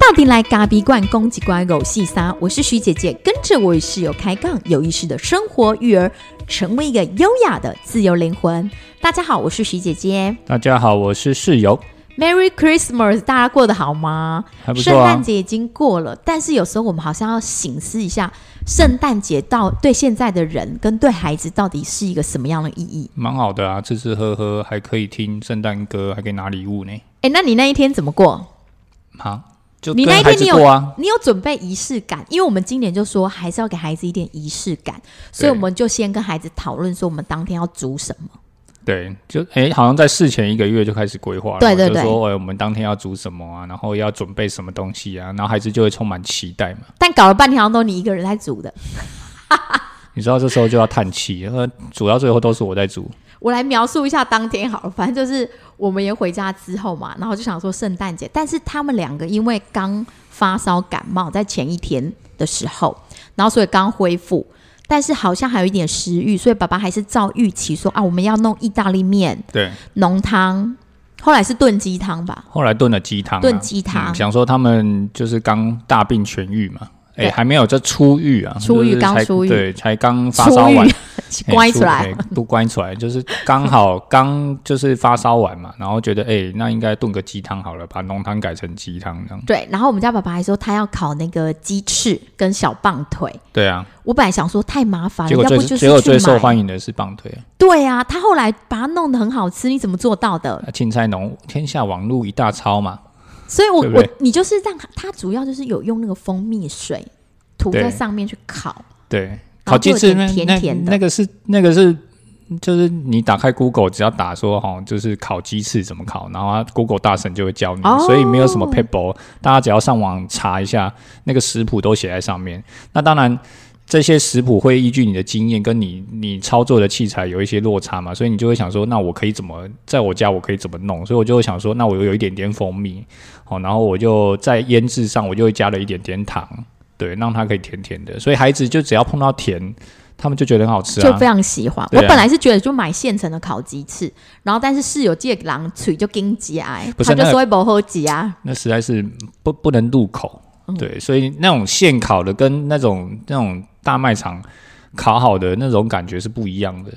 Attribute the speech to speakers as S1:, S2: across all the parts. S1: 到底来咖比罐攻击乖狗细沙，我是徐姐姐，跟着我与室友开杠，有意识的生活育儿，成为一个优雅的自由灵魂。大家好，我是徐姐姐。
S2: 大家好，我是室友，
S1: Merry Christmas，大家过得好吗？
S2: 还不
S1: 圣
S2: 错
S1: 诞
S2: 啊。
S1: 节已经过了，但是有时候我们好像要醒思一下，圣诞节到对现在的人跟对孩子到底是一个什么样的意义？
S2: 蛮好的啊，吃吃喝喝，还可以听圣诞歌，还可以拿礼物呢。
S1: 哎，那你那一天怎么过？
S2: 好，就
S1: 你
S2: 跟
S1: 那一
S2: 孩
S1: 天
S2: 子
S1: 你有
S2: 过啊，
S1: 你有准备仪式感？因为我们今年就说还是要给孩子一点仪式感，所以我们就先跟孩子讨论说我们当天要煮什么。
S2: 对，就哎、好像在事前一个月就开始规划了，
S1: 对对对
S2: 就说哎、我们当天要煮什么啊，然后要准备什么东西啊，然后孩子就会充满期待嘛。
S1: 但搞了半天好像都你一个人在煮的，
S2: 你知道这时候就要叹气，呃，煮到最后都是我在煮，
S1: 我来描述一下当天好了，反正就是我们也回家之后嘛，然后就想说圣诞节，但是他们两个因为刚发烧感冒，在前一天的时候，然后所以刚恢复，但是好像还有一点食欲，所以爸爸还是照预期说啊，我们要弄意大利面、
S2: 对，
S1: 浓汤，后来是炖鸡汤吧，
S2: 后来炖了鸡汤啊、
S1: 炖鸡汤
S2: 嗯想说他们就是刚大病痊愈嘛，哎、
S1: 对
S2: 还没有这出狱啊，
S1: 出狱
S2: 就是才
S1: 刚出狱
S2: 对，才刚发烧
S1: 出
S2: 完
S1: 狱，
S2: 哎
S1: 乖出来，，
S2: 出哎都关出来，就是 刚好刚就是发烧完嘛，然后觉得哎、那应该炖个鸡汤好了，把浓汤改成鸡汤这样。
S1: 对，然后我们家爸爸还说他要烤那个鸡翅跟小棒腿。
S2: 对啊，
S1: 我本来想说太麻烦
S2: 结
S1: 了，啊要
S2: 果最
S1: 不就是
S2: 结果
S1: 去
S2: 最受
S1: 买
S2: 欢迎的是棒腿，
S1: 对啊，他后来把它弄得很好吃，你怎么做到的？
S2: 啊青菜农天下网路一大抄嘛，
S1: 所以我，
S2: 对不
S1: 我
S2: 对
S1: 你就是让它它主要就是有用那个蜂蜜水涂在
S2: 对
S1: 上面去烤，
S2: 对，
S1: 后
S2: 烤鸡
S1: 哦就有
S2: 翅那
S1: 点甜甜的
S2: 那那个是那个是。就是你打开 Google，只要打说哈、哦，就是烤鸡翅怎么烤，然后它 Google 大神就会教你，
S1: 哦
S2: 所以没有什么 p a p e 大家只要上网查一下，那个食谱都写在上面。那当然，这些食谱会依据你的经验跟你你操作的器材有一些落差嘛，所以你就会想说，那我可以怎么在我家我可以怎么弄？所以我就会想说，那我有一点点蜂蜜，哦，然后我就在腌制上我就会加了一点点糖，对，让它可以甜甜的。所以孩子就只要碰到甜，他们就觉得很好吃
S1: 就
S2: 啊
S1: 非。常喜欢。
S2: 对
S1: 我
S2: 啊
S1: 本来是觉得就买现成的烤鸡翅，然后但是室友借狼腿就跟鸡癌，
S2: 不是
S1: 他就
S2: 那个
S1: 说会不喝鸡啊。
S2: 那实在是不不能入口，
S1: 嗯
S2: 对，所以那种现烤的跟那种那种大卖场烤好的那种感觉是不一样的。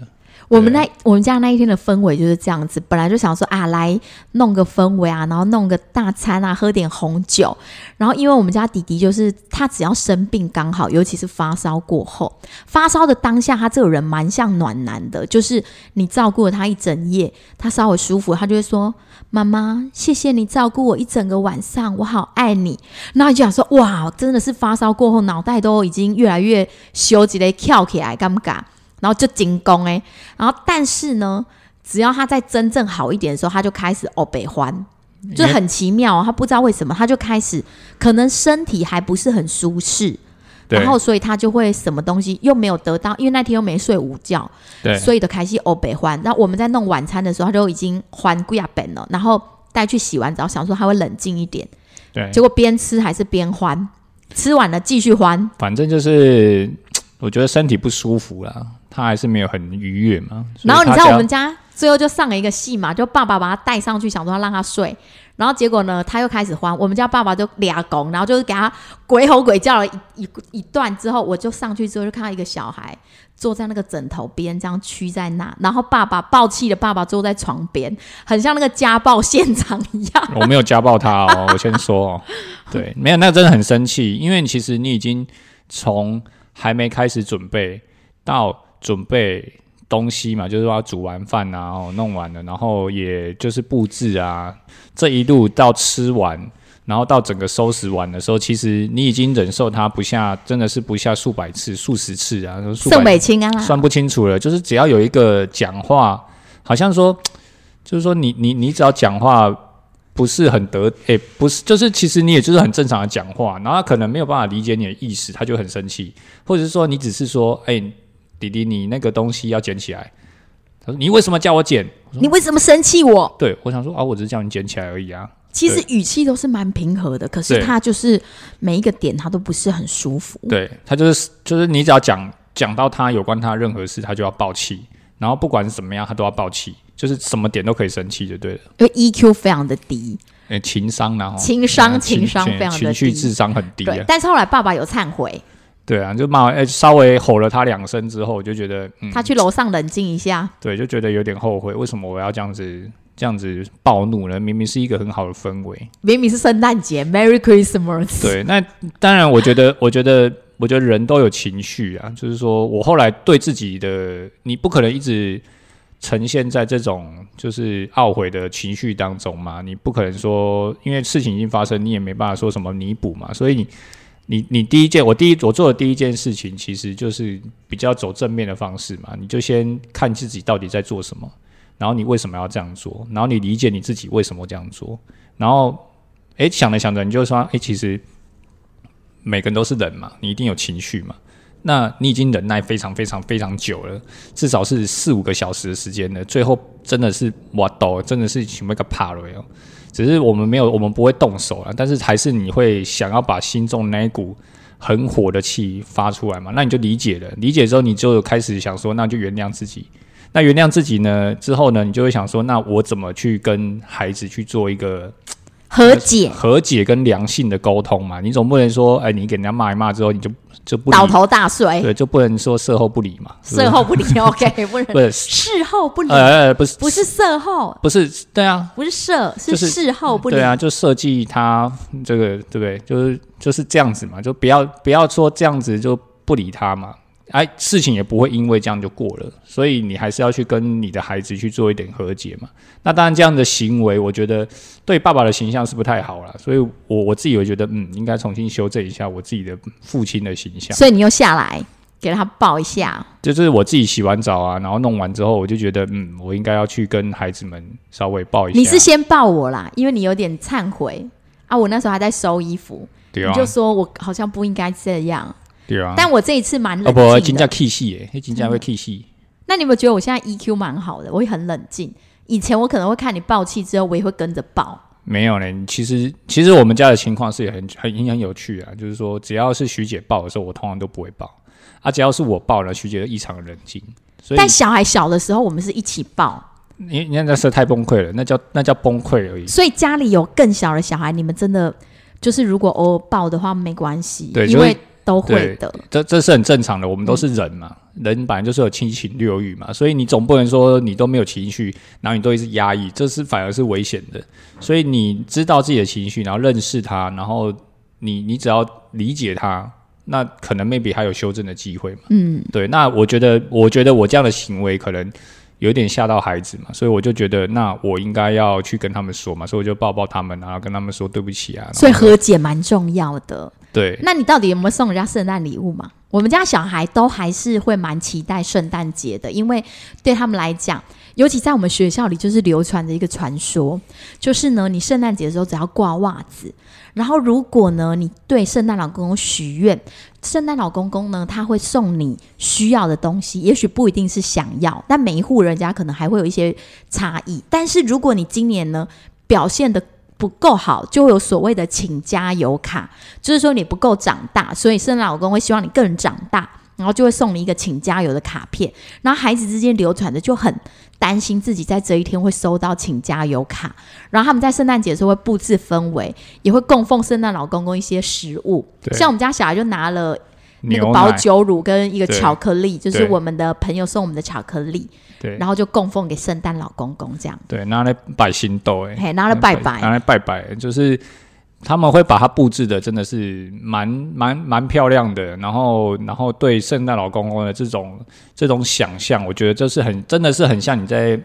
S1: 我们那我们家那一天的氛围就是这样子，本来就想说啊，来弄个氛围啊，然后弄个大餐啊，喝点红酒。然后因为我们家弟弟就是他只要生病刚好，尤其是发烧过后，发烧的当下他这个人蛮像暖男的，就是你照顾了他一整夜，他稍微舒服，他就会说：“妈妈，谢谢你照顾我一整个晚上，我好爱你。”然后你就想说：“哇，真的是发烧过后，脑袋都已经越来越修级的跳起来，敢不敢？”然后就进攻哎，然后但是呢，只要他在真正好一点的时候，他就开始哦北欢，就是很奇妙、哦，他不知道为什么，他就开始可能身体还不是很舒适，
S2: 对
S1: 然后所以他就会什么东西又没有得到，因为那天又没睡午觉，
S2: 对，
S1: 所以的开始哦北欢。那我们在弄晚餐的时候，他就已经欢贵亚本了，然后带去洗完澡，想说他会冷静一点，
S2: 对，
S1: 结果边吃还是边欢，吃完了继续欢，
S2: 反正就是，我觉得身体不舒服啦，他还是没有很愉悦嘛。所以
S1: 然后你
S2: 他
S1: 知道
S2: 只
S1: 我
S2: 要
S1: 们家最后就上了一个戏嘛，就爸爸把他带上去，想说要让他睡，然后结果呢，他又开始欢，我们家爸爸就俩拱，然后就是给他鬼吼鬼叫了一一一段之后，我就上去之后就看到一个小孩坐在那个枕头边，这样屈在那，然后爸爸暴气的爸爸坐在床边，很像那个家暴现场一样。
S2: 我没有家暴他哦， 我先说哦，对，没有，那真的很生气，因为其实你已经从还没开始准备到准备东西嘛，就是说要煮完饭啊，哦，弄完了，然后也就是布置啊，这一路到吃完。然后到整个收拾完的时候，其实你已经忍受它不下，真的是不下数百次、数十次啊，数百
S1: 盛美清啊啦，
S2: 算不清楚了。就是只要有一个讲话，好像说，就是说你你你只要讲话不是很得，诶、不是，就是其实你也就是很正常的讲话，然后他可能没有办法理解你的意思，他就很生气，或者是说你只是说，诶、弟弟，你那个东西要捡起来。他说：“你为什么叫我捡
S1: 你为什么生气我？”？
S2: 对我想说啊，我只是叫你捡起来而已啊。
S1: 其实语气都是蛮平和的，可是
S2: 对
S1: 他就是每一个点他都不是很舒服。
S2: 对他就是就是你只要讲讲到他有关他任何事，他就要爆气，然后不管是怎么样，他都要爆气，就是什么点都可以生气就对了。
S1: 因为 EQ 非常的低，
S2: 诶、情商啊然后
S1: 情商情
S2: 情
S1: 商非常地
S2: 情绪
S1: 低
S2: 智商很低
S1: 对
S2: 啊。。
S1: 但是后来爸爸有忏悔，
S2: 对啊，就骂完、诶稍微吼了他两声之后，我就觉得嗯，
S1: 他去楼上冷静一下。
S2: 对，就觉得有点后悔，为什么我要这样子这样子暴怒呢？明明是一个很好的氛围。
S1: 明明是圣诞节，Merry Christmas。，
S2: 对，那当然，我觉得， 我觉得，我觉得人都有情绪啊。就是说我后来对自己的，你不可能一直呈现在这种就是懊悔的情绪当中嘛。你不可能说，因为事情已经发生，你也没办法说什么弥补嘛。所以你，你，你第一件，我第一我做的第一件事情，其实就是比较走正面的方式嘛。你就先看自己到底在做什么。然后你为什么要这样做？然后你理解你自己为什么这样做？然后，诶，想着想着，你就说，诶，其实每个人都是人嘛，你一定有情绪嘛。那你已经忍耐非常非常非常久了，至少是四五个小时的时间了。最后真的是我抖，真的是什么个怕了哦。只是我们没有，我们不会动手啊，但是还是你会想要把心中那一股很火的气发出来嘛？那你就理解了，理解之后你就开始想说，那就原谅自己。那原谅自己呢之后呢，你就会想说，那我怎么去跟孩子去做一个
S1: 和解，
S2: 和解跟良性的沟通嘛，你总不能说，哎、你给人家骂一骂之后，你就就不理
S1: 倒头大睡，
S2: 对，就不能说事后不理嘛，是不是
S1: 事后不理，OK，不
S2: 不
S1: 能
S2: 是，
S1: 事后不理，
S2: 呃，不是，
S1: 不是事后，
S2: 不是，对啊，
S1: 不是事，是
S2: 就是
S1: 事后不理
S2: 对。啊，就设计他这个，对不对？就是就是这样子嘛，就不要不要说这样子就不理他嘛，哎，事情也不会因为这样就过了，所以你还是要去跟你的孩子去做一点和解嘛。那当然，这样的行为，我觉得对爸爸的形象是不太好啦，所以我我自己会觉得，嗯，应该重新修正一下我自己的父亲的形象。
S1: 所以你又下来给他抱一下，
S2: 就是我自己洗完澡啊，然后弄完之后，我就觉得，嗯，我应该要去跟孩子们稍微抱一下。
S1: 你是先抱我啦，因为你有点忏悔啊。我那时候还在收衣服，
S2: 对
S1: 你
S2: 啊，
S1: 就说我好像不应该这样，
S2: 对啊。
S1: 但我这一次蛮
S2: 哦不，
S1: 冷静
S2: 金
S1: 的。
S2: 价 K 系耶，那金价会 K 系。
S1: 那你有没有觉得我现在 EQ 蛮好的？我也很冷静。以前我可能会看你爆气之后，我也会跟着爆。
S2: 没有呢，其实其实我们家的情况是很很很有趣啊，就是说只要是徐姐抱的时候，我通常都不会抱啊，只要是我抱了，徐姐就异常冷静。所以
S1: 但小孩小的时候，我们是一起抱，
S2: 你你那时候太崩溃了，那叫那叫崩溃而已。
S1: 所以家里有更小的小孩，你们真的就是如果偶尔抱的话没关系，
S2: 对
S1: 因
S2: 就是
S1: 为都会的。
S2: 这这是很正常的，我
S1: 嗯
S2: 们都是人嘛，人本来就是有七情六欲嘛，所以你总不能说你都没有情绪，然后你都一直压抑，这是反而是危险的。所以你知道自己的情绪，然后认识它，然后你你只要理解它，那可能 maybe 还有修正的机会嘛。
S1: 嗯，
S2: 对，那我觉得，我觉得我这样的行为可能有点吓到孩子嘛，所以我就觉得，那我应该要去跟他们说嘛，所以我就抱抱他们，然后跟他们说对不起啊。然后
S1: 所以和解蛮重要的。
S2: 对，
S1: 那你到底有没有送人家圣诞礼物嘛？我们家小孩都还是会蛮期待圣诞节的，因为对他们来讲，尤其在我们学校里，就是流传着一个传说，就是呢，你圣诞节的时候只要挂袜子，然后如果呢你对圣诞老公公许愿，圣诞老公公呢他会送你需要的东西，也许不一定是想要，但每一户人家可能还会有一些差异。但是如果你今年呢表现的不够好，就会有所谓的请加油卡，就是说你不够长大，所以圣诞老公会希望你更长大，然后就会送你一个请加油的卡片。然后孩子之间流传的就很担心自己在这一天会收到请加油卡，然后他们在圣诞节的时候会布置氛围，也会供奉圣诞老公公一些食物，
S2: 对
S1: 像我们家小孩就拿了。那个
S2: 牛
S1: 保
S2: 奶
S1: 酒乳跟一个
S2: 对
S1: 巧克力，就是
S2: 对
S1: 我们的朋友送我们的巧克力，
S2: 对
S1: 然后就供奉给圣诞老公公这样，
S2: 对，拿来拜心豆哎、
S1: 嘿，拿了拜拜，
S2: 拿来拜拜，就是他们会把它布置的真的是蛮蛮蛮漂亮的，然后然后对圣诞老公公的这种这种想象，我觉得这是很真的是很像你在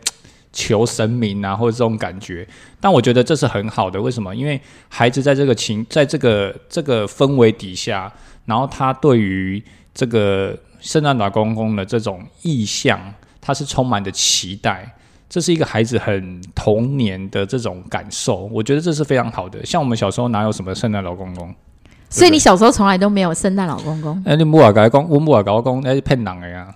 S2: 求神明啊，或者这种感觉。但我觉得这是很好的，为什么？因为孩子在这个情在这个这个氛围底下，然后他对于这个圣诞老公公的这种意向，他是充满着期待。这是一个孩子很童年的这种感受，我觉得这是非常好的。像我们小时候哪有什么圣诞老公公？
S1: 所以你小时候从来都没有圣诞老公公
S2: 哎、你木耳搞公，我木耳搞公，那是骗人的呀，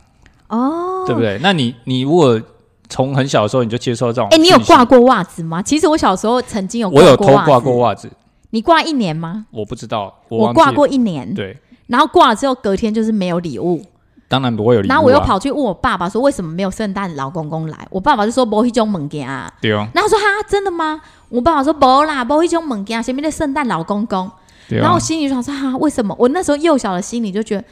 S1: 哦，
S2: 对不对？那你你如果从很小的时候你就接受这种，
S1: 哎、你有挂？过袜子吗？其实我小时候曾经有
S2: 哦我
S1: 挂
S2: 有
S1: 过
S2: 偷
S1: 袜子，
S2: 挂过袜子，
S1: 你挂一年吗？
S2: 我不知道，
S1: 我
S2: 忘记
S1: 挂过一年，
S2: 对
S1: 然后挂了之后隔天就是没有礼物，
S2: 当然不会有礼物、啊。
S1: 然后我又跑去问我爸爸说，为什么没有圣诞老公公来？我爸爸就说没迄种物件啊。
S2: 对哦，
S1: 然后他说哈，真的吗？我爸爸说没啦，没迄种物件，前面的圣诞老公公。
S2: 对
S1: 然后
S2: 哦
S1: 我，心里就想说哈、为什么？我那时候幼小的心里就觉得，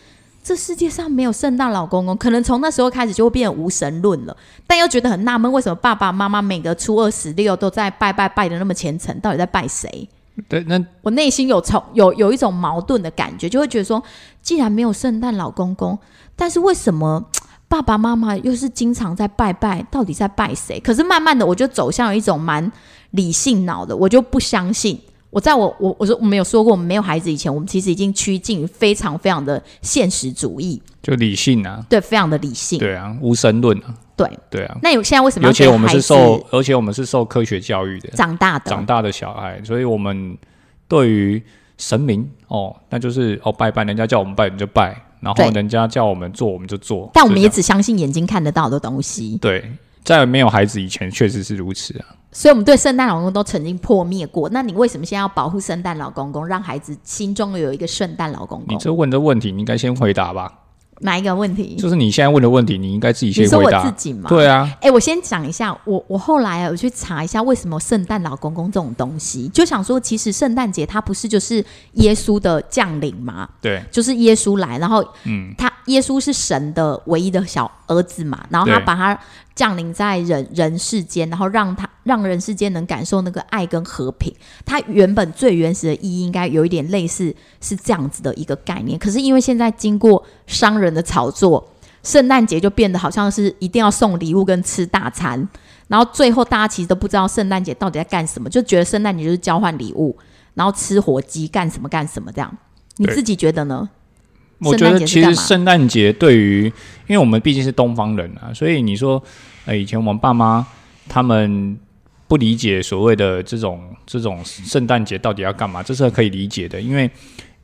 S1: 这世界上没有圣诞老公公，可能从那时候开始就会变成无神论了。但又觉得很纳闷，为什么爸爸妈妈每个初二十六都在拜拜拜的那么虔诚，到底在拜谁？
S2: 对，那
S1: 我内心有从有有一种矛盾的感觉，就会觉得说，既然没有圣诞老公公，但是为什么爸爸妈妈又是经常在拜拜？到底在拜谁？可是慢慢的，我就走向一种蛮理性脑的，我就不相信。我在我我我说我们有说过，我们没有孩子以前，我们其实已经趋近非常非常的现实主义，
S2: 就理性啊，
S1: 对，非常的理性，
S2: 对啊，无神论啊，
S1: 对。
S2: 对啊。
S1: 那有现在为什么
S2: 而
S1: 要
S2: 且
S1: 给
S2: 我们
S1: 孩
S2: 是
S1: 子
S2: 受，而且我们是受科学教育的，
S1: 长大的？
S2: 长大的小孩，所以我们对于神明哦，那就是哦拜拜，人家叫我们拜我们就拜，然后
S1: 对
S2: 人家叫我们做我们就做，
S1: 但我们
S2: 就
S1: 也
S2: 这
S1: 只相信眼睛看得到的东西
S2: 样，对，在没有孩子以前确实是如此啊，
S1: 所以我们对圣诞老公公都曾经破灭过。那你为什么现在要保护圣诞老公公，让孩子心中有一个圣诞老公
S2: 你
S1: 公？
S2: 这问这问题，你应该先回答吧，
S1: 哪一个问题？
S2: 就是你现在问的问题，你应该自己
S1: 你
S2: 先
S1: 说
S2: 回
S1: 我自
S2: 答，
S1: 己吗？。
S2: 对啊，
S1: 哎、我先讲一下，我我后来啊，我去查一下为什么圣诞老公公这种东西，就想说，其实圣诞节它不是就是耶稣的降临吗？
S2: 对
S1: 就是耶稣来，然后，
S2: 嗯
S1: 他耶稣是神的唯一的小儿子嘛，然后他
S2: 对
S1: 把他降临在人人世间，然后让他让人世间能感受那个爱跟和平。它原本最原始的意义应该有一点类似是这样子的一个概念，可是因为现在经过商人的炒作，圣诞节就变得好像是一定要送礼物跟吃大餐，然后最后大家其实都不知道圣诞节到底在干什么，就觉得圣诞节就是交换礼物，然后吃火鸡干什么干什么这样。你
S2: 对
S1: 自己觉得呢？
S2: 我
S1: 圣
S2: 觉
S1: 诞
S2: 得
S1: 节是
S2: 其
S1: 干
S2: 实
S1: 嘛
S2: 圣诞节对于，因为我们毕竟是东方人啊，所以你说，呃，以前我们爸妈他们不理解所谓的这种这种圣诞节到底要干嘛，这是可以理解的，因为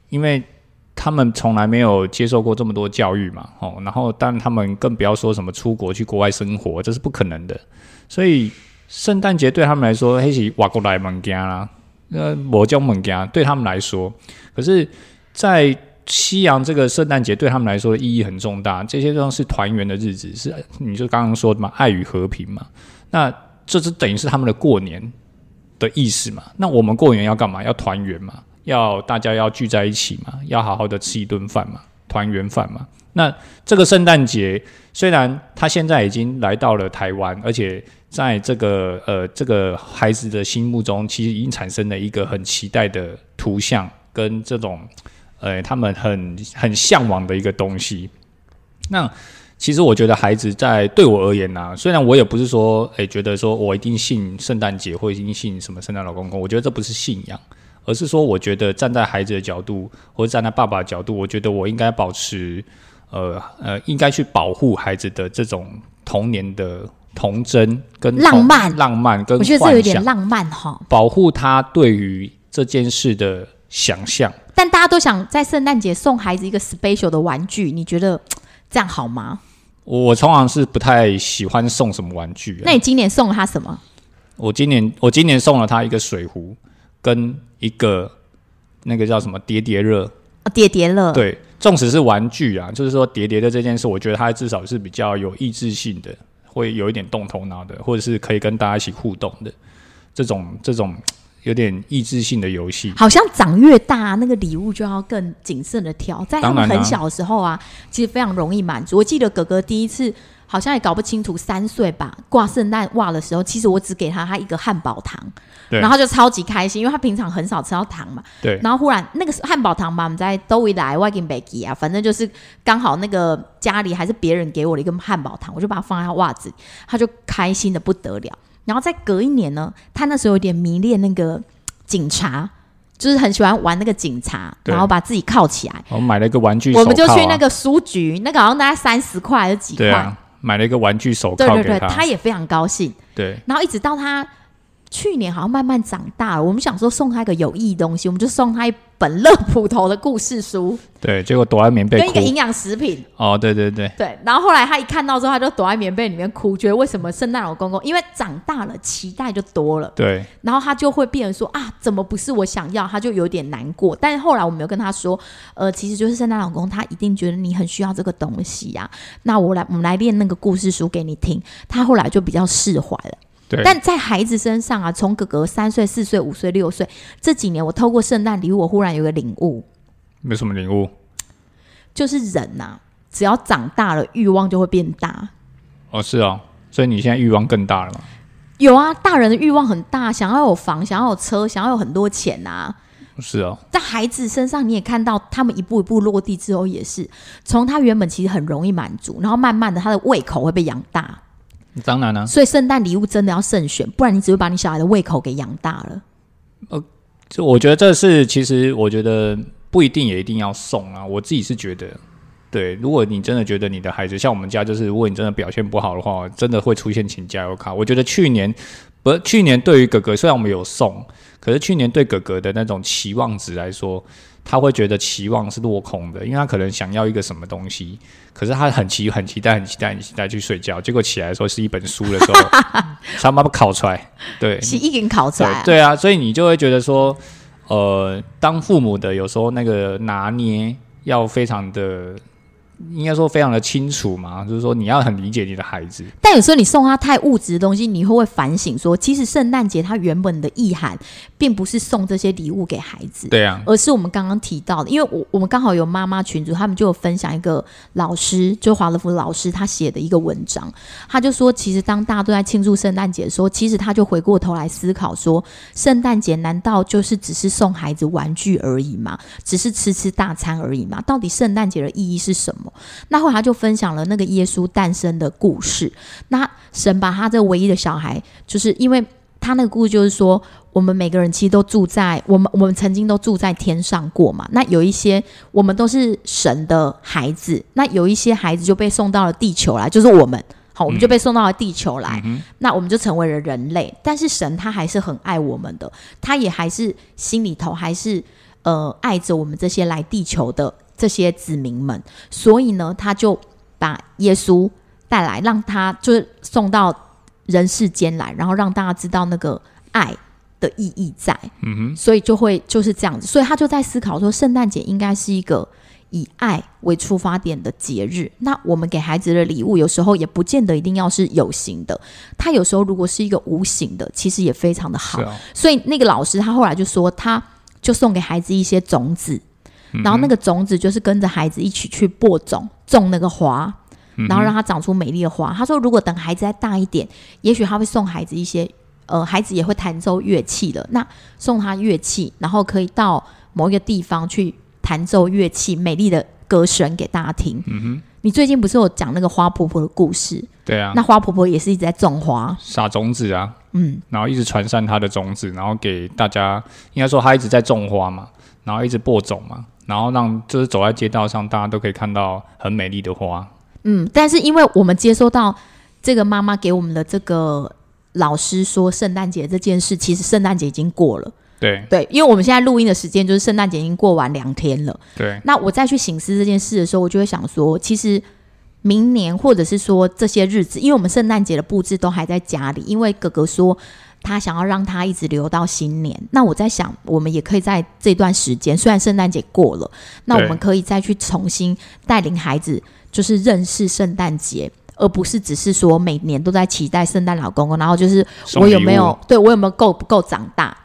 S2: 因为他们从来没有接受过这么多教育嘛，哦，然后但他们更不要说什么出国去国外生活，这是不可能的，所以圣诞节对他们来说，黑是瓦过来物件啦，呃，我叫物件对他们来说，可是，在西洋这个圣诞节对他们来说的意义很重大，这些都是团圆的日子，是你就刚刚说的嘛，爱与和平嘛。那这是等于是他们的过年的意思嘛？那我们过年要干嘛？要团圆嘛？要大家要聚在一起嘛？要好好的吃一顿饭嘛？团圆饭嘛？那这个圣诞节虽然它现在已经来到了台湾，而且在这个呃这个孩子的心目中，其实已经产生了一个很期待的图像跟这种呃，他们很很向往的一个东西。那其实我觉得孩子在对我而言呢、啊虽然我也不是说，诶、觉得说我一定信圣诞节或一定信什么圣诞老公公，我觉得这不是信仰，而是说我觉得站在孩子的角度，或者站在爸爸的角度，我觉得我应该保持，呃呃，应该去保护孩子的这种童年的童真跟
S1: 浪
S2: 童
S1: 漫
S2: 浪漫跟
S1: 我觉得这
S2: 幻
S1: 有点
S2: 想
S1: 浪漫哈，
S2: 保护他对于这件事的想象。
S1: 但大家都想在圣诞节送孩子一个 special 的玩具，你觉得嘖这样好吗？
S2: 我通常是不太喜欢送什么玩具、
S1: 那
S2: 啊。
S1: 你今年送了他什么？
S2: 我今年我今年送了他一个水壶，跟一个那个叫什么叠叠乐。
S1: 啊叠叠乐，
S2: 对，纵使是玩具啊，就是说叠叠乐这件事，我觉得它至少是比较有益智性的，会有一点动头脑的，或者是可以跟大家一起互动的这种这种有点益智性的游戏。
S1: 好像长越大，那个礼物就要更谨慎的挑。在他
S2: 当
S1: 们
S2: 然啊
S1: 很小的时候啊，其实非常容易满足。我记得哥哥第一次好像也搞不清楚，三岁吧挂圣诞袜的时候，其实我只给他他一个汉堡糖，
S2: 对
S1: 然后他就超级开心，因为他平常很少吃到糖嘛。
S2: 对
S1: 然后忽然那个汉堡糖嘛，我们在都一来外给北给啊，反正就是刚好那个家里还是别人给我的一个汉堡糖，我就把它放在他袜子里，他就开心的不得了。然后再隔一年呢，他那时候有点迷恋那个警察，就是很喜欢玩那个警察，
S2: 对
S1: 然后把自己铐起来。
S2: 我买了一个玩具手铐、
S1: 我
S2: 啊，
S1: 们就去那个书局，那个好像大概三十块还是几
S2: 对
S1: 块？
S2: 啊，买了一个玩具手
S1: 对
S2: 铐
S1: 对
S2: 给
S1: 对，
S2: 他。
S1: 他也非常高兴。
S2: 对
S1: 然后一直到他去年好像慢慢长大了，我们想说送他一个有益的东西，我们就送他一本乐普头的故事书
S2: 对，结果躲在棉被
S1: 跟一
S2: 哭
S1: 个。营养食品。
S2: 哦，对对对，
S1: 对，然后后来他一看到之后，他就躲在棉被里面哭，觉得为什么圣诞老公公？因为长大了，期待就多了，
S2: 对
S1: 然后他就会变成说啊，怎么不是我想要？他就有点难过。但是后来我们有跟他说，呃，其实就是圣诞老公他一定觉得你很需要这个东西呀、那我来，我们来练那个故事书给你听。他后来就比较释怀了。
S2: 对。
S1: 但在孩子身上啊，从哥哥三岁、四岁、五岁、六岁这几年，我透过圣诞礼物，我忽然有个领悟，
S2: 没什么领悟
S1: 就是人呐、只要长大了，欲望就会变大。
S2: 哦，是哦，所以你现在欲望更大了嘛？
S1: 有啊，大人的欲望很大，想要有房，想要有车，想要有很多钱啊。
S2: 是哦，
S1: 在孩子身上，你也看到他们一步一步落地之后，也是从他原本其实很容易满足，然后慢慢的他的胃口会被养大，
S2: 当然啦、啊
S1: 所以圣诞礼物真的要慎选，不然你只会把你小孩的胃口给养大了。
S2: 就我觉得这是其实我觉得不一定也一定要送啊，我自己是觉得。对，如果你真的觉得你的孩子像我们家，就是如果你真的表现不好的话，真的会出现请加油卡。我觉得去年不，去年对于哥哥虽然我们有送，可是去年对哥哥的那种期望值来说，他会觉得期望是落空的，因为他可能想要一个什么东西，可是他很期很期待很期待很期待去睡觉，结果起来的时候是一本书的时候，他妈妈烤出来，对，
S1: 是一根烤出来啊、
S2: 对对啊，所以你就会觉得说，呃，当父母的有时候那个拿捏要非常的，应该说非常的清楚嘛，就是说你要很理解你的孩子。
S1: 但有时候你送他太物质的东西，你会不会反省说，其实圣诞节它原本的意涵，并不是送这些礼物给孩子，
S2: 对啊，
S1: 而是我们刚刚提到的，因为我我们刚好有妈妈群组，他们就有分享一个老师，就华德福老师他写的一个文章，他就说，其实当大家都在庆祝圣诞节的时候，其实他就回过头来思考说，圣诞节难道就是只是送孩子玩具而已吗？只是吃吃大餐而已吗？到底圣诞节的意义是什么？那后来他就分享了那个耶稣诞生的故事，那神把他这唯一的小孩，就是因为他那个故事就是说，我们每个人其实都住在我们我们曾经都住在天上过嘛。那有一些我们都是神的孩子，那有一些孩子就被送到了地球来，就是我们。好，我们就被送到了地球来，那我们就成为了人类。但是神他还是很爱我们的，他也还是心里头还是呃爱着我们这些来地球的这些子民们。所以呢，他就把耶稣带来，让他就是送到人世间来，然后让大家知道那个爱的意义在。
S2: 嗯哼，
S1: 所以就会就是这样子，所以他就在思考说，圣诞节应该是一个以爱为出发点的节日。那我们给孩子的礼物，有时候也不见得一定要是有形的，它有时候如果是一个无形的，其实也非常的好
S2: 是。啊，
S1: 所以那个老师他后来就说，他就送给孩子一些种子，然后那个种子就是跟着孩子一起去播种，种那个花，然后让它长出美丽的花。他说，如果等孩子再大一点，也许他会送孩子一些，呃，孩子也会弹奏乐器了，那送他乐器，然后可以到某一个地方去弹奏乐器，美丽的歌声给大家听。你最近不是有讲那个花婆婆的故事？
S2: 对啊
S1: 那，花婆婆也是一直在种花，
S2: 撒种子啊，
S1: 嗯，
S2: 然后一直传散他的种子，然后给大家，应该说他一直在种花嘛，然后一直播种嘛，然后让就是走在街道上，大家都可以看到很美丽的花。
S1: 嗯，但是因为我们接收到这个妈妈给我们的这个老师说圣诞节这件事，其实圣诞节已经过了，
S2: 对
S1: 对，因为我们现在录音的时间就是圣诞节已经过完两天了。
S2: 对，
S1: 那我再去醒思这件事的时候，我就会想说，其实明年或者是说这些日子，因为我们圣诞节的布置都还在家里，因为哥哥说他想要让他一直留到新年。那我在想，我们也可以在这段时间，虽然圣诞节过了，那我们可以再去重新带领孩子，就是认识圣诞节。而不是只是说每年都在期待圣诞老公公，然后就是
S2: 送
S1: 我有
S2: 礼
S1: 没
S2: 物
S1: 有对我有没有够不够长大？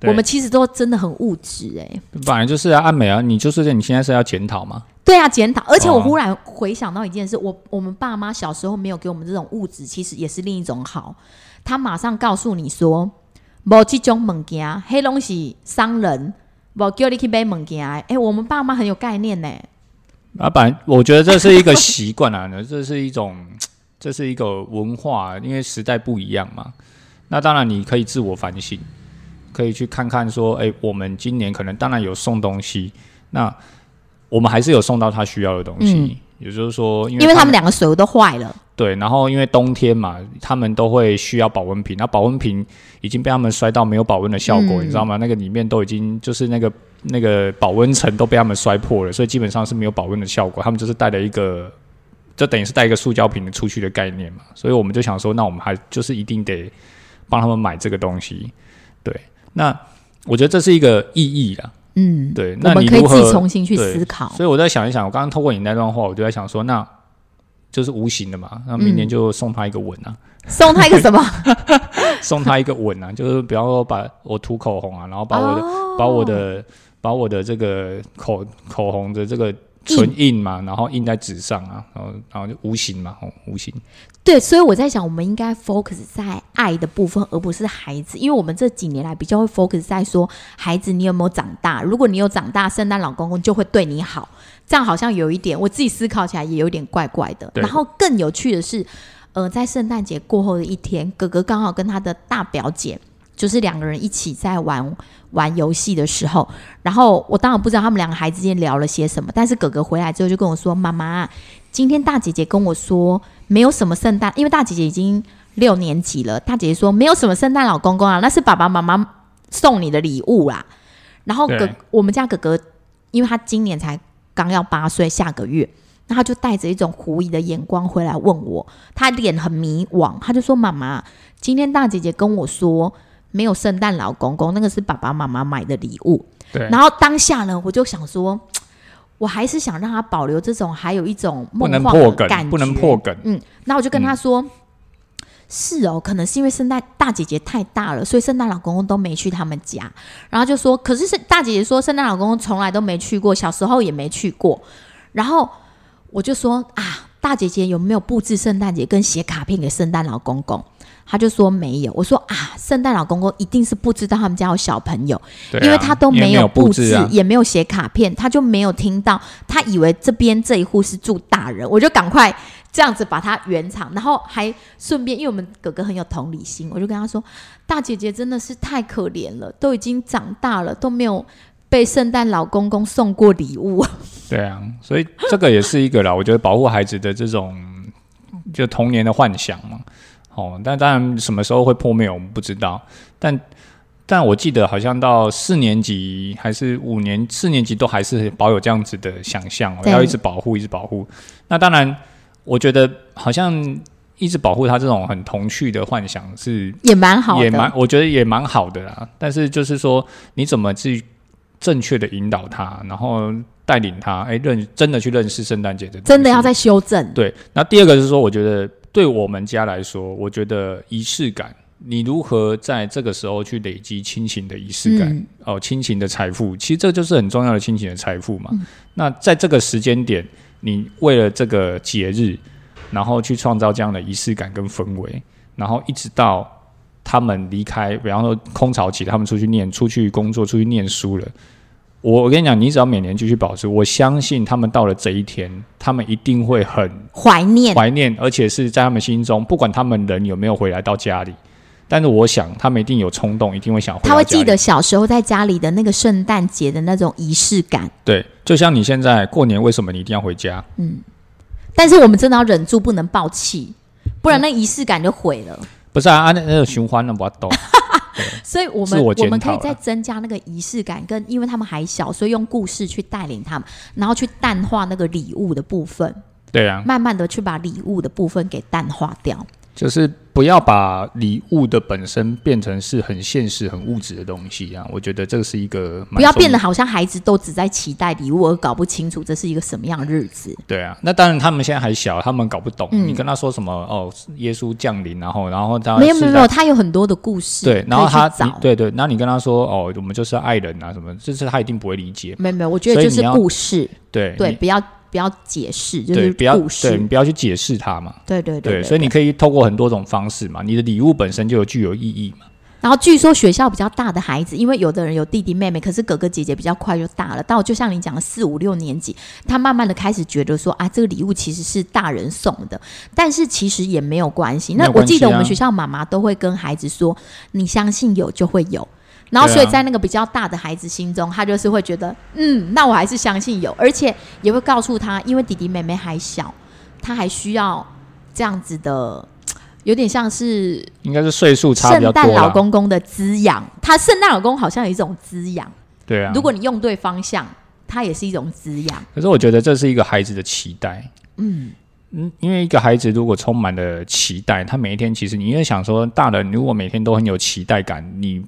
S2: 对
S1: 我们其实都真的很物质哎、
S2: 本来就是啊，按美啊，你就是你现在是要检讨嘛？
S1: 对啊，检讨。而且我
S2: 哦
S1: 忽然回想到一件事，我我们爸妈小时候没有给我们这种物质，其实也是另一种好。他马上告诉你说，无这种物件，黑东西伤人，无叫你去买物件的。哎、我们爸妈很有概念呢。
S2: 啊，本来我觉得这是一个习惯啊， 这是一种，这是一个文化，因为时代不一样嘛。那当然，你可以自我反省，可以去看看说，哎、我们今年可能当然有送东西，那嗯我们还是有送到他需要的东西。也就是说，因为
S1: 因为他们两个手都坏了，
S2: 对，然后因为冬天嘛，他们都会需要保温瓶，那保温瓶已经被他们摔到没有保温的效果，
S1: 嗯
S2: 你知道吗？那个里面都已经就是那个那个保温层都被他们摔破了，所以基本上是没有保温的效果。他们就是带了一个，就等于是带一个塑胶瓶出去的概念嘛，所以我们就想说，那我们还就是一定得帮他们买这个东西。对，那我觉得这是一个意义啦。
S1: 嗯，
S2: 对，那
S1: 我们
S2: 你
S1: 可以
S2: 如
S1: 自己
S2: 何
S1: 重新去
S2: 对
S1: 思考。
S2: 所以我在想一想，我刚刚透过你那段话，我就在想说，那就是无形的嘛，那明年就送他一个吻啊，
S1: 送他一个什么？
S2: 送他一个吻啊， 就是比方说把我涂口红啊，然后把我的、
S1: 哦
S2: 把我的把我的这个口口红的这个唇印嘛，然后印在纸上啊，然后然后就无形嘛，哦，无形，
S1: 对，所以我在想，我们应该 focus 在爱的部分，而不是孩子，因为我们这几年来比较会 focus 在说孩子你有没有长大，如果你有长大，圣诞老公公就会对你好，这样好像有一点，我自己思考起来也有点怪怪的。
S2: 对
S1: 然后更有趣的是，呃，在圣诞节过后的一天，哥哥刚好跟他的大表姐。就是两个人一起在玩玩游戏的时候，然后我当然不知道他们两个孩子之间聊了些什么，但是哥哥回来之后就跟我说：“妈妈，今天大姐姐跟我说，没有什么圣诞，因为大姐姐已经六年级了。大姐姐说没有什么圣诞老公公啊，那是爸爸妈妈送你的礼物啦。然后哥
S2: 对，
S1: 我们家哥哥，因为他今年才刚要八岁，下个月，那他就带着一种狐疑的眼光回来问我，他脸很迷惘，他就说：“妈妈，今天大姐姐跟我说没有圣诞老公公，那个是爸爸妈妈买的礼物。”
S2: 对，
S1: 然后当下呢，我就想说，我还是想让他保留这种还有一种
S2: 不
S1: 梦
S2: 能
S1: 幻
S2: 破
S1: 的感
S2: 梗，
S1: 觉，
S2: 不能破。梗，
S1: 嗯，那我就跟他说。是哦，可能是因为圣诞大姐姐太大了，所以圣诞老公公都没去他们家。然后就说，可是是大姐姐说圣诞老公公从来都没去过，小时候也没去过。然后我就说啊，大姐姐有没有布置圣诞节跟写卡片给圣诞老公公？他就说没有。我说啊，圣诞老公公一定是不知道他们家有小朋友，
S2: 对啊
S1: 因为他都
S2: 因
S1: 没
S2: 为没
S1: 有布
S2: 布
S1: 置，
S2: 啊，
S1: 也没有写卡片，他就没有听到，他以为这边这一户是住大人，我就赶快这样子把他圆场，然后还顺便，因为我们哥哥很有同理心，我就跟他说，大姐姐真的是太可怜了，都已经长大了，都没有被圣诞老公公送过礼物。
S2: 对啊，所以这个也是一个啦，我觉得保护孩子的这种就童年的幻想嘛。哦，但当然什么时候会破灭我们不知道，但但我记得好像到四年级还是五年四年级都还是保有这样子的想象、哦，
S1: 对
S2: 要一直保护，一直保护。那当然，我觉得好像一直保护他这种很童趣的幻想是
S1: 也蛮好的，
S2: 也蛮，我觉得也蛮好的啦。但是就是说，你怎么去正确的引导他，然后带领他，哎、认真的去认识圣诞节的，
S1: 真的要。再修正。
S2: 对，那第二个是说，我觉得对我们家来说，我觉得仪式感，你如何在这个时候去累积亲情的仪式感，
S1: 嗯
S2: 哦，亲情的财富，其实这就是很重要的亲情的财富嘛。
S1: 嗯
S2: 那在这个时间点，你为了这个节日，然后去创造这样的仪式感跟氛围，然后一直到他们离开，比方说空巢期，他们出去念、出去工作、出去念书了。我我跟你讲，你只要每年继续保持，我相信他们到了这一天，他们一定会很
S1: 怀念，
S2: 怀念，而且是在他们心中，不管他们人有没有回来到家里，但是我想他们一定有冲动，一定会想回
S1: 他
S2: 到
S1: 会
S2: 家
S1: 记
S2: 里。
S1: 得小时候在家里的那个圣诞节的那种仪式感。
S2: 对，就像你现在过年，为什么你一定要回家？
S1: 但是我们真的要忍住，不能爆气，不然那仪式感就毁了。
S2: 不是啊，啊那那个循环了，我懂。
S1: 所以我
S2: 自
S1: 们
S2: 我
S1: 我
S2: 检
S1: 们
S2: 讨
S1: 可
S2: 啦
S1: 以再增加那个仪式感，跟因为他们还小，所以用故事去带领他们，然后去淡化那个礼物的部分，
S2: 对啊，
S1: 慢慢的去把礼物的部分给淡化掉。
S2: 就是不要把礼物的本身变成是很现实、很物质的东西啊。我觉得这个是一个蛮
S1: 不要
S2: 重
S1: 变得好像孩子都只在期待礼物，而搞不清楚这是一个什么样的日子。
S2: 对啊。那当然，他们现在还小，他们搞不懂。
S1: 嗯
S2: 你跟他说什么哦，耶稣降临，然后然后他
S1: 没有
S2: 啊是
S1: 没有
S2: 在
S1: 没有，他有很多的故事，
S2: 对，然后
S1: 可以去
S2: 他你
S1: 找。
S2: 对对，然后你跟他说哦，我们就是要爱人啊什么，这是他一定不会理解。
S1: 没有没有，我觉得
S2: 所以
S1: 就
S2: 你
S1: 是
S2: 要
S1: 故事，
S2: 对
S1: 对，
S2: 你
S1: 不要不要解释，就
S2: 对，
S1: 是
S2: 不要
S1: 故
S2: 对你
S1: 事，
S2: 不要去解释它嘛。
S1: 对对
S2: 对，
S1: 对。
S2: 所以你可以透过很多种方式嘛，你的礼物本身就有具有意义嘛。
S1: 然后据说学校比较大的孩子，因为有的人有弟弟妹妹，可是哥哥姐姐比较快就大了。到就像你讲的四五六年级，他慢慢的开始觉得说啊，这个礼物其实是大人送的，但是其实也没有关系。
S2: 没
S1: 那
S2: 有
S1: 我
S2: 关系啊
S1: 记得我们学校妈妈都会跟孩子说，你相信有就会有。然后，
S2: 对啊
S1: 所以在那个比较大的孩子心中，他就是会觉得，嗯，那我还是相信有，而且也会告诉他，因为弟弟妹妹还小，他还需要这样子的，有点像是
S2: 应该是岁数差比
S1: 圣
S2: 较多
S1: 诞老
S2: 啦。
S1: 公公的滋养。他圣诞老公好像有一种滋养，
S2: 对啊
S1: 如，果你用对方向，它也是一种滋养。
S2: 可是我觉得这是一个孩子的期待。
S1: 嗯，
S2: 嗯，因为一个孩子如果充满了期待，他每一天其实你也想说，大人如果每天都很有期待感，你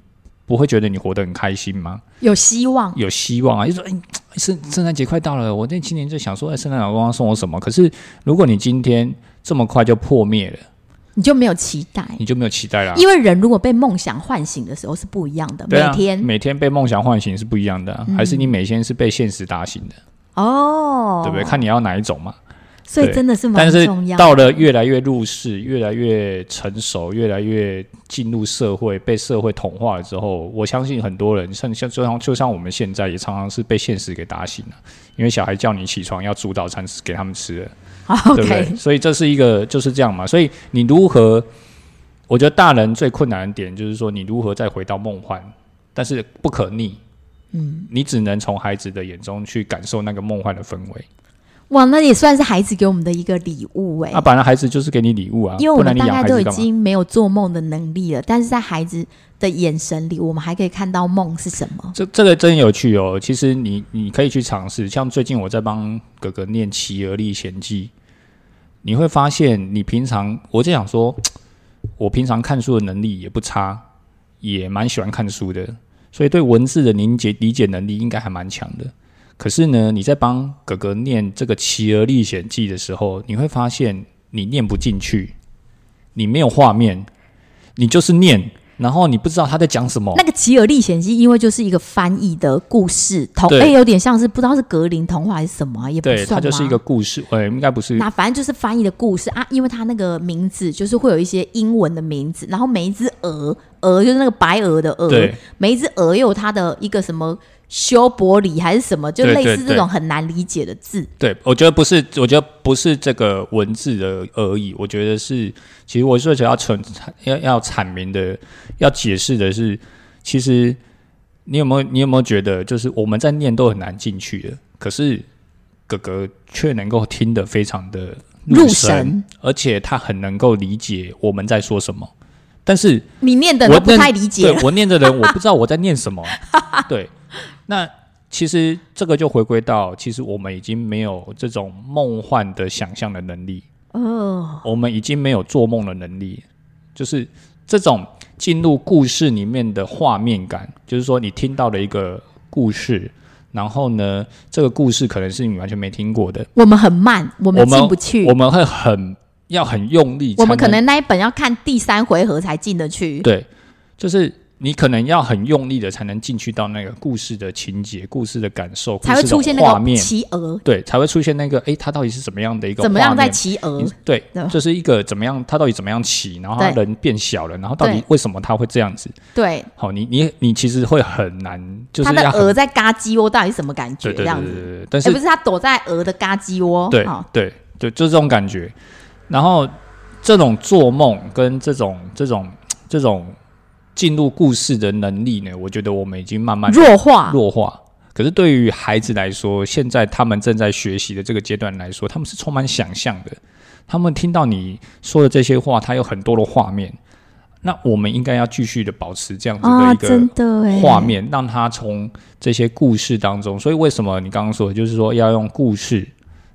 S2: 不会觉得你活得很开心吗？
S1: 有希望。
S2: 有希望啊，就说哎，圣圣诞节快到了，我那今年就想说，哎，圣诞老公公送我什么？可是如果你今天这么快就破灭了，
S1: 你就没有期待，
S2: 你就没有期待啦、
S1: 因为人如果被梦想唤醒的时候是不一样的。
S2: 啊对啊，
S1: 每天嗯
S2: 每天被梦想唤醒是不一样的啊、还是你每天是被现实打醒的，
S1: 哦，
S2: 对不对？看你要哪一种嘛。
S1: 所以
S2: 对
S1: 真的是蛮
S2: 但是
S1: 重要的。
S2: 到了越来越入世、越来越成熟、越来越进入社会、被社会同化了之后，我相信很多人，像像就像就像我们现在也常常是被现实给打醒了、因为小孩叫你起床要煮早餐给他们吃了，
S1: 好
S2: 对不对？
S1: OK，
S2: 所以这是一个就是这样嘛。所以你如何？我觉得大人最困难的点就是说，你如何再回到梦幻，但是不可逆。嗯，你只能从孩子的眼中去感受那个梦幻的氛围。
S1: 哇，那也算是孩子给我们的一个礼物哎、
S2: 啊，本来孩子就是给你礼物啊，
S1: 因为
S2: 不
S1: 我们
S2: 然你
S1: 大
S2: 养
S1: 概
S2: 孩
S1: 都
S2: 子
S1: 已
S2: 干嘛？
S1: 经没有做梦的能力了，但是在孩子的眼神里，我们还可以看到梦是什么。
S2: 这这个真有趣哦。其实你你可以去尝试，像最近我在帮哥哥念《企鹅历险记》，你会发现你平常我就想说，我平常看书的能力也不差，也蛮喜欢看书的，所以对文字的理解理解能力应该还蛮强的。可是呢，你在帮哥哥念这个《企鹅历险记》的时候，你会发现你念不进去，你没有画面，你就是念，然后你不知道他在讲什么
S1: 那。个《企鹅历险记》因为就是一个翻译的故事，童
S2: 对
S1: 哎、有点像是不知道是格林童话还是什么啊，也不
S2: 对，
S1: 算
S2: 它就是一
S1: 吗
S2: 个故事，呃、应该不是，
S1: 那反正就是翻译的故事啊，因为它那个名字就是会有一些英文的名字，然后每一只鹅，鹅就是那个白鹅的鹅
S2: 对，
S1: 每一只鹅又有它的一个什么修伯里还是什么，就
S2: 对
S1: 类
S2: 对
S1: 似这
S2: 对
S1: 种很难理解的字。
S2: 对，我觉得不是，我觉得不是这个文字的而已，我觉得是，其实我最想要阐要要阐明的，要解释的是，其实你有没有你有没有觉得，就是我们在念都很难进去的，可是哥哥却能够听得非常的
S1: 入
S2: 神，
S1: 神
S2: 而且他很能够理解我们在说什么，但是
S1: 你念的
S2: 我
S1: 都不
S2: 念
S1: 太理解
S2: 对我念的人，我不知道我在念什么。对，那其实这个就回归到，其实我们已经没有这种梦幻的想象的能力，
S1: 哦，
S2: 我们已经没有做梦的能力，就是这种进入故事里面的画面感，就是说你听到了一个故事。然后呢，这个故事可能是你完全没听过的，
S1: 我们很慢，我
S2: 我
S1: 们
S2: 们
S1: 进不去，
S2: 我们会很要很用力才，
S1: 我们可能那一本要看第三回合才进得去。
S2: 对，就是你可能要很用力的才能进去到那个故事的情节、故事的感受、
S1: 才会
S2: 故事的
S1: 出现那
S2: 画
S1: 个
S2: 面，
S1: 企鹅，
S2: 对，才会出现那个诶，它到底是怎么样的一个
S1: 怎么
S2: 画
S1: 样在
S2: 面
S1: 企鹅
S2: 你？对
S1: 对，
S2: 就是一个怎么样，它到底怎么样骑，然后它
S1: 对
S2: 人变小了，然后到底
S1: 对
S2: 为什么它会这样子？
S1: 对，它
S2: 好，你你你其实会很难，就是
S1: 的
S2: 要很
S1: 鹅在嘎鸡窝到底是什么感觉？
S2: 对
S1: 这
S2: 对对
S1: 样
S2: 对
S1: 子。
S2: 对对，但
S1: 哎、
S2: 是
S1: 不是，它躲在鹅的嘎鸡窝。
S2: 对
S1: 哦
S2: 对对，就这种感觉。然后这种做梦跟这种这种这种进入故事的能力呢，我觉得我们已经慢慢地
S1: 弱化。
S2: 弱化。可是对于孩子来说，现在他们正在学习的这个阶段来说，他们是充满想象的。他们听到你说的这些话，他有很多的画面。那我们应该要继续的保持这样子
S1: 啊，
S2: 的一
S1: 真
S2: 个
S1: 的哎，
S2: 画面，让他从这些故事当中。所以为什么你刚刚说的，就是说要用故事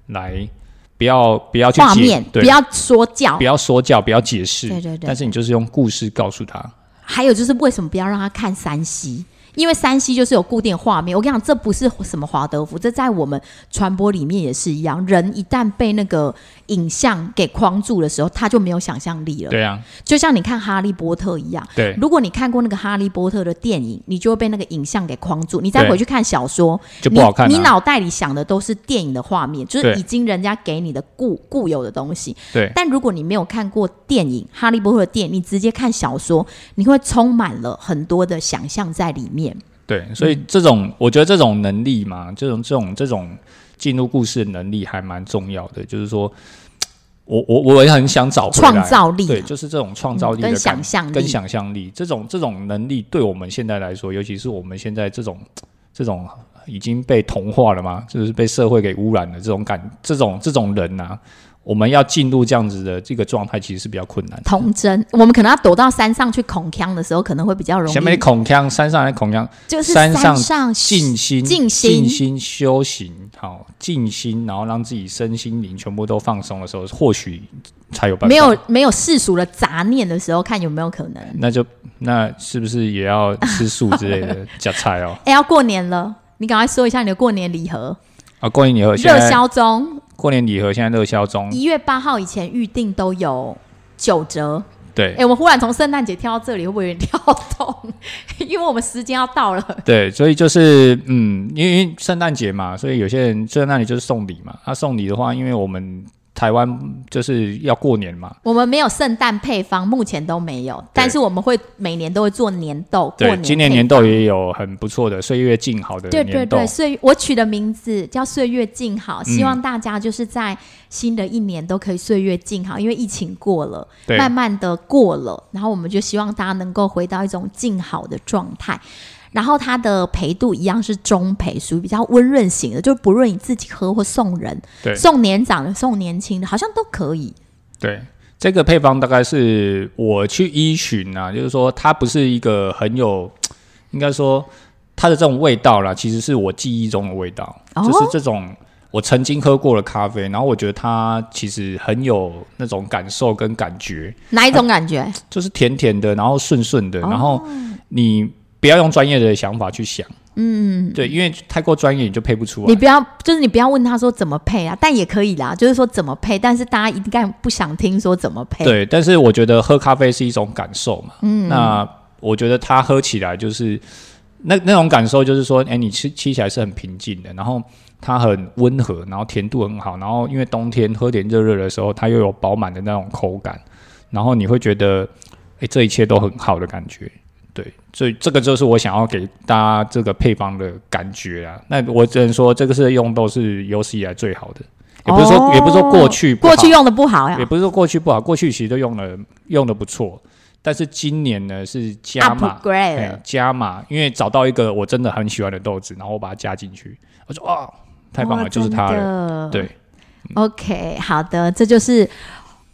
S2: 来，不要不要去
S1: 画
S2: 解
S1: 面，
S2: 对，
S1: 不要说教
S2: 不。要说教，不要解释，
S1: 对对对
S2: 但是你就是用故事告诉他，
S1: 还有就是为什么不要让他看山西？因为山西就是有固定画面。我跟你讲，这不是什么华德福，这在我们传播里面也是一样。人一旦被那个影像给框住的时候，他就没有想象力了。
S2: 对啊，
S1: 就像你看《哈利波特》一样。
S2: 对
S1: 如果你看过那个《哈利波特》的电影，你就会被那个影像给框住。你再
S2: 对
S1: 回去看小说，
S2: 就不好看、啊
S1: 你。你脑袋里想的都是电影的画面，就是
S2: 对
S1: 已经人家给你的固固有的东西。
S2: 对
S1: 但如果你没有看过电影《哈利波特》的电影，你直接看小说，你会充满了很多的想象在里面。
S2: 对，
S1: 嗯
S2: 所以这种、我觉得这种能力嘛，这种这种这种进入故事的能力还蛮重要的。就是说，我我我也很想找回来
S1: 创造力啊
S2: 对，就是这种创造力的
S1: 嗯
S2: 感、
S1: 跟想象力
S2: 跟想象力这种这种能力，对我们现在来说，尤其是我们现在这种这种已经被同化了嘛，就是被社会给污染了这种感，这种这种人呐、啊我们要进入这样子的这个状态，其实是比较困难的。
S1: 童真，我们可能要躲到山上去恐腔的时候，可能会比较容
S2: 前面
S1: 易，
S2: 的孔腔，山上的孔腔，
S1: 就是
S2: 山上
S1: 上
S2: 静心、
S1: 静心
S2: 修行，好静心，然后让自己身心灵全部都放松的时候，或许才有办法。
S1: 没有，没有世俗的杂念的时候，看有没有可能。
S2: 那就那是不是也要吃素之类的 加菜哦？
S1: 哎、要过年了，你赶快说一下你的过年礼盒，
S2: 啊，过年礼盒现
S1: 热
S2: 在嗯
S1: 销中，
S2: 过年礼盒现在热销中，
S1: 一月八号以前预定都有九折。
S2: 对
S1: 哎、我们忽然从圣诞节跳到这里，会不会有点跳动？ 因为我们时间要到了。
S2: 对，所以就是嗯，因为圣诞节嘛，所以有些人圣诞节就是送礼嘛。那、啊送礼的话，因为我们台湾就是要过年嘛，
S1: 我们没有圣诞配方，目前都没有，但是我们会每年都会做年豆，过
S2: 对，
S1: 年
S2: 今年
S1: 配
S2: 年豆也有很不错的岁月静好的
S1: 对对
S2: 年豆嗯
S1: 对，，岁我取的名字叫岁月静好，希望大家就是在新的一年都可以岁月静好，因为疫情过了，
S2: 对
S1: 慢慢的过了，然后我们就希望大家能够回到一种静好的状态。然后它的培度一样是中培，属于比较温润型的，就不论你自己喝或送人，
S2: 对
S1: 送年长的、送年轻的，好像都可以。
S2: 对，这个配方大概是我去依循啊，就是说它不是一个很有，应该说它的这种味道啦，其实是我记忆中的味道，
S1: 哦
S2: 就是这种我曾经喝过的咖啡，然后我觉得它其实很有那种感受跟感觉，
S1: 哪一种感觉？
S2: 就是甜甜的，然后顺顺的，
S1: 哦
S2: 然后你不要用专业的想法去想，嗯，对，因为太过专业你就配不出
S1: 你
S2: 来。
S1: 不要，就是你不要问他说怎么配啊，但也可以啦，就是说怎么配，但是大家应该不想听说怎么配。
S2: 对，但是我觉得喝咖啡是一种感受嘛。嗯，那我觉得它喝起来就是那那种感受，就是说，哎、你吃吃起来是很平静的，然后它很温和，然后甜度很好，然后因为冬天喝点热热的时候，它又有饱满的那种口感，然后你会觉得，哎、这一切都很好的感觉。对，所以这个就是我想要给大家这个配方的感觉啊。那我只能说，这个是用豆是有史以来最好的，也不是说、
S1: 哦
S2: 也不是说过去不好
S1: 过去用的不好呀、
S2: 也不是说过去不好，过去其实都用了用的不错，但是今年呢是加码。
S1: upgrade
S2: 哎
S1: 了，
S2: 加码，因为找到一个我真的很喜欢的豆子，然后我把它加进去，我说哇，太棒了，
S1: 哇
S2: 就是它
S1: 真
S2: 了。
S1: 的
S2: 对，嗯
S1: OK，好的，这就是。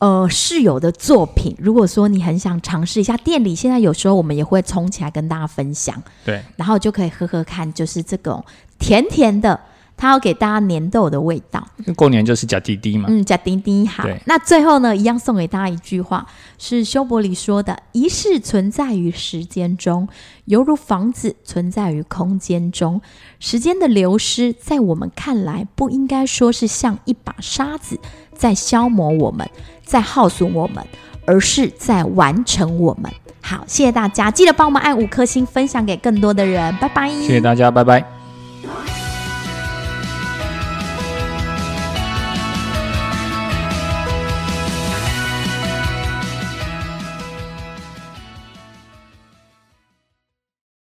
S1: 呃，室友的作品，如果说你很想尝试一下，店里现在有时候我们也会冲起来跟大家分享，
S2: 对
S1: 然后就可以喝喝看，就是这种甜甜的，它要给大家粘豆的味道。
S2: 因为过年就是加滴滴嘛，
S1: 嗯，贾丁丁好
S2: 对。
S1: 那最后呢，一样送给大家一句话，是修伯里说的：“一世存在于时间中，犹如房子存在于空间中。时间的流失，在我们看来，不应该说是像一把沙子在消磨我们，在耗损我们，而是在完成我们。”好，谢谢大家，记得帮我们按五颗星，分享给更多的人，拜拜。
S2: 谢谢大家，拜拜。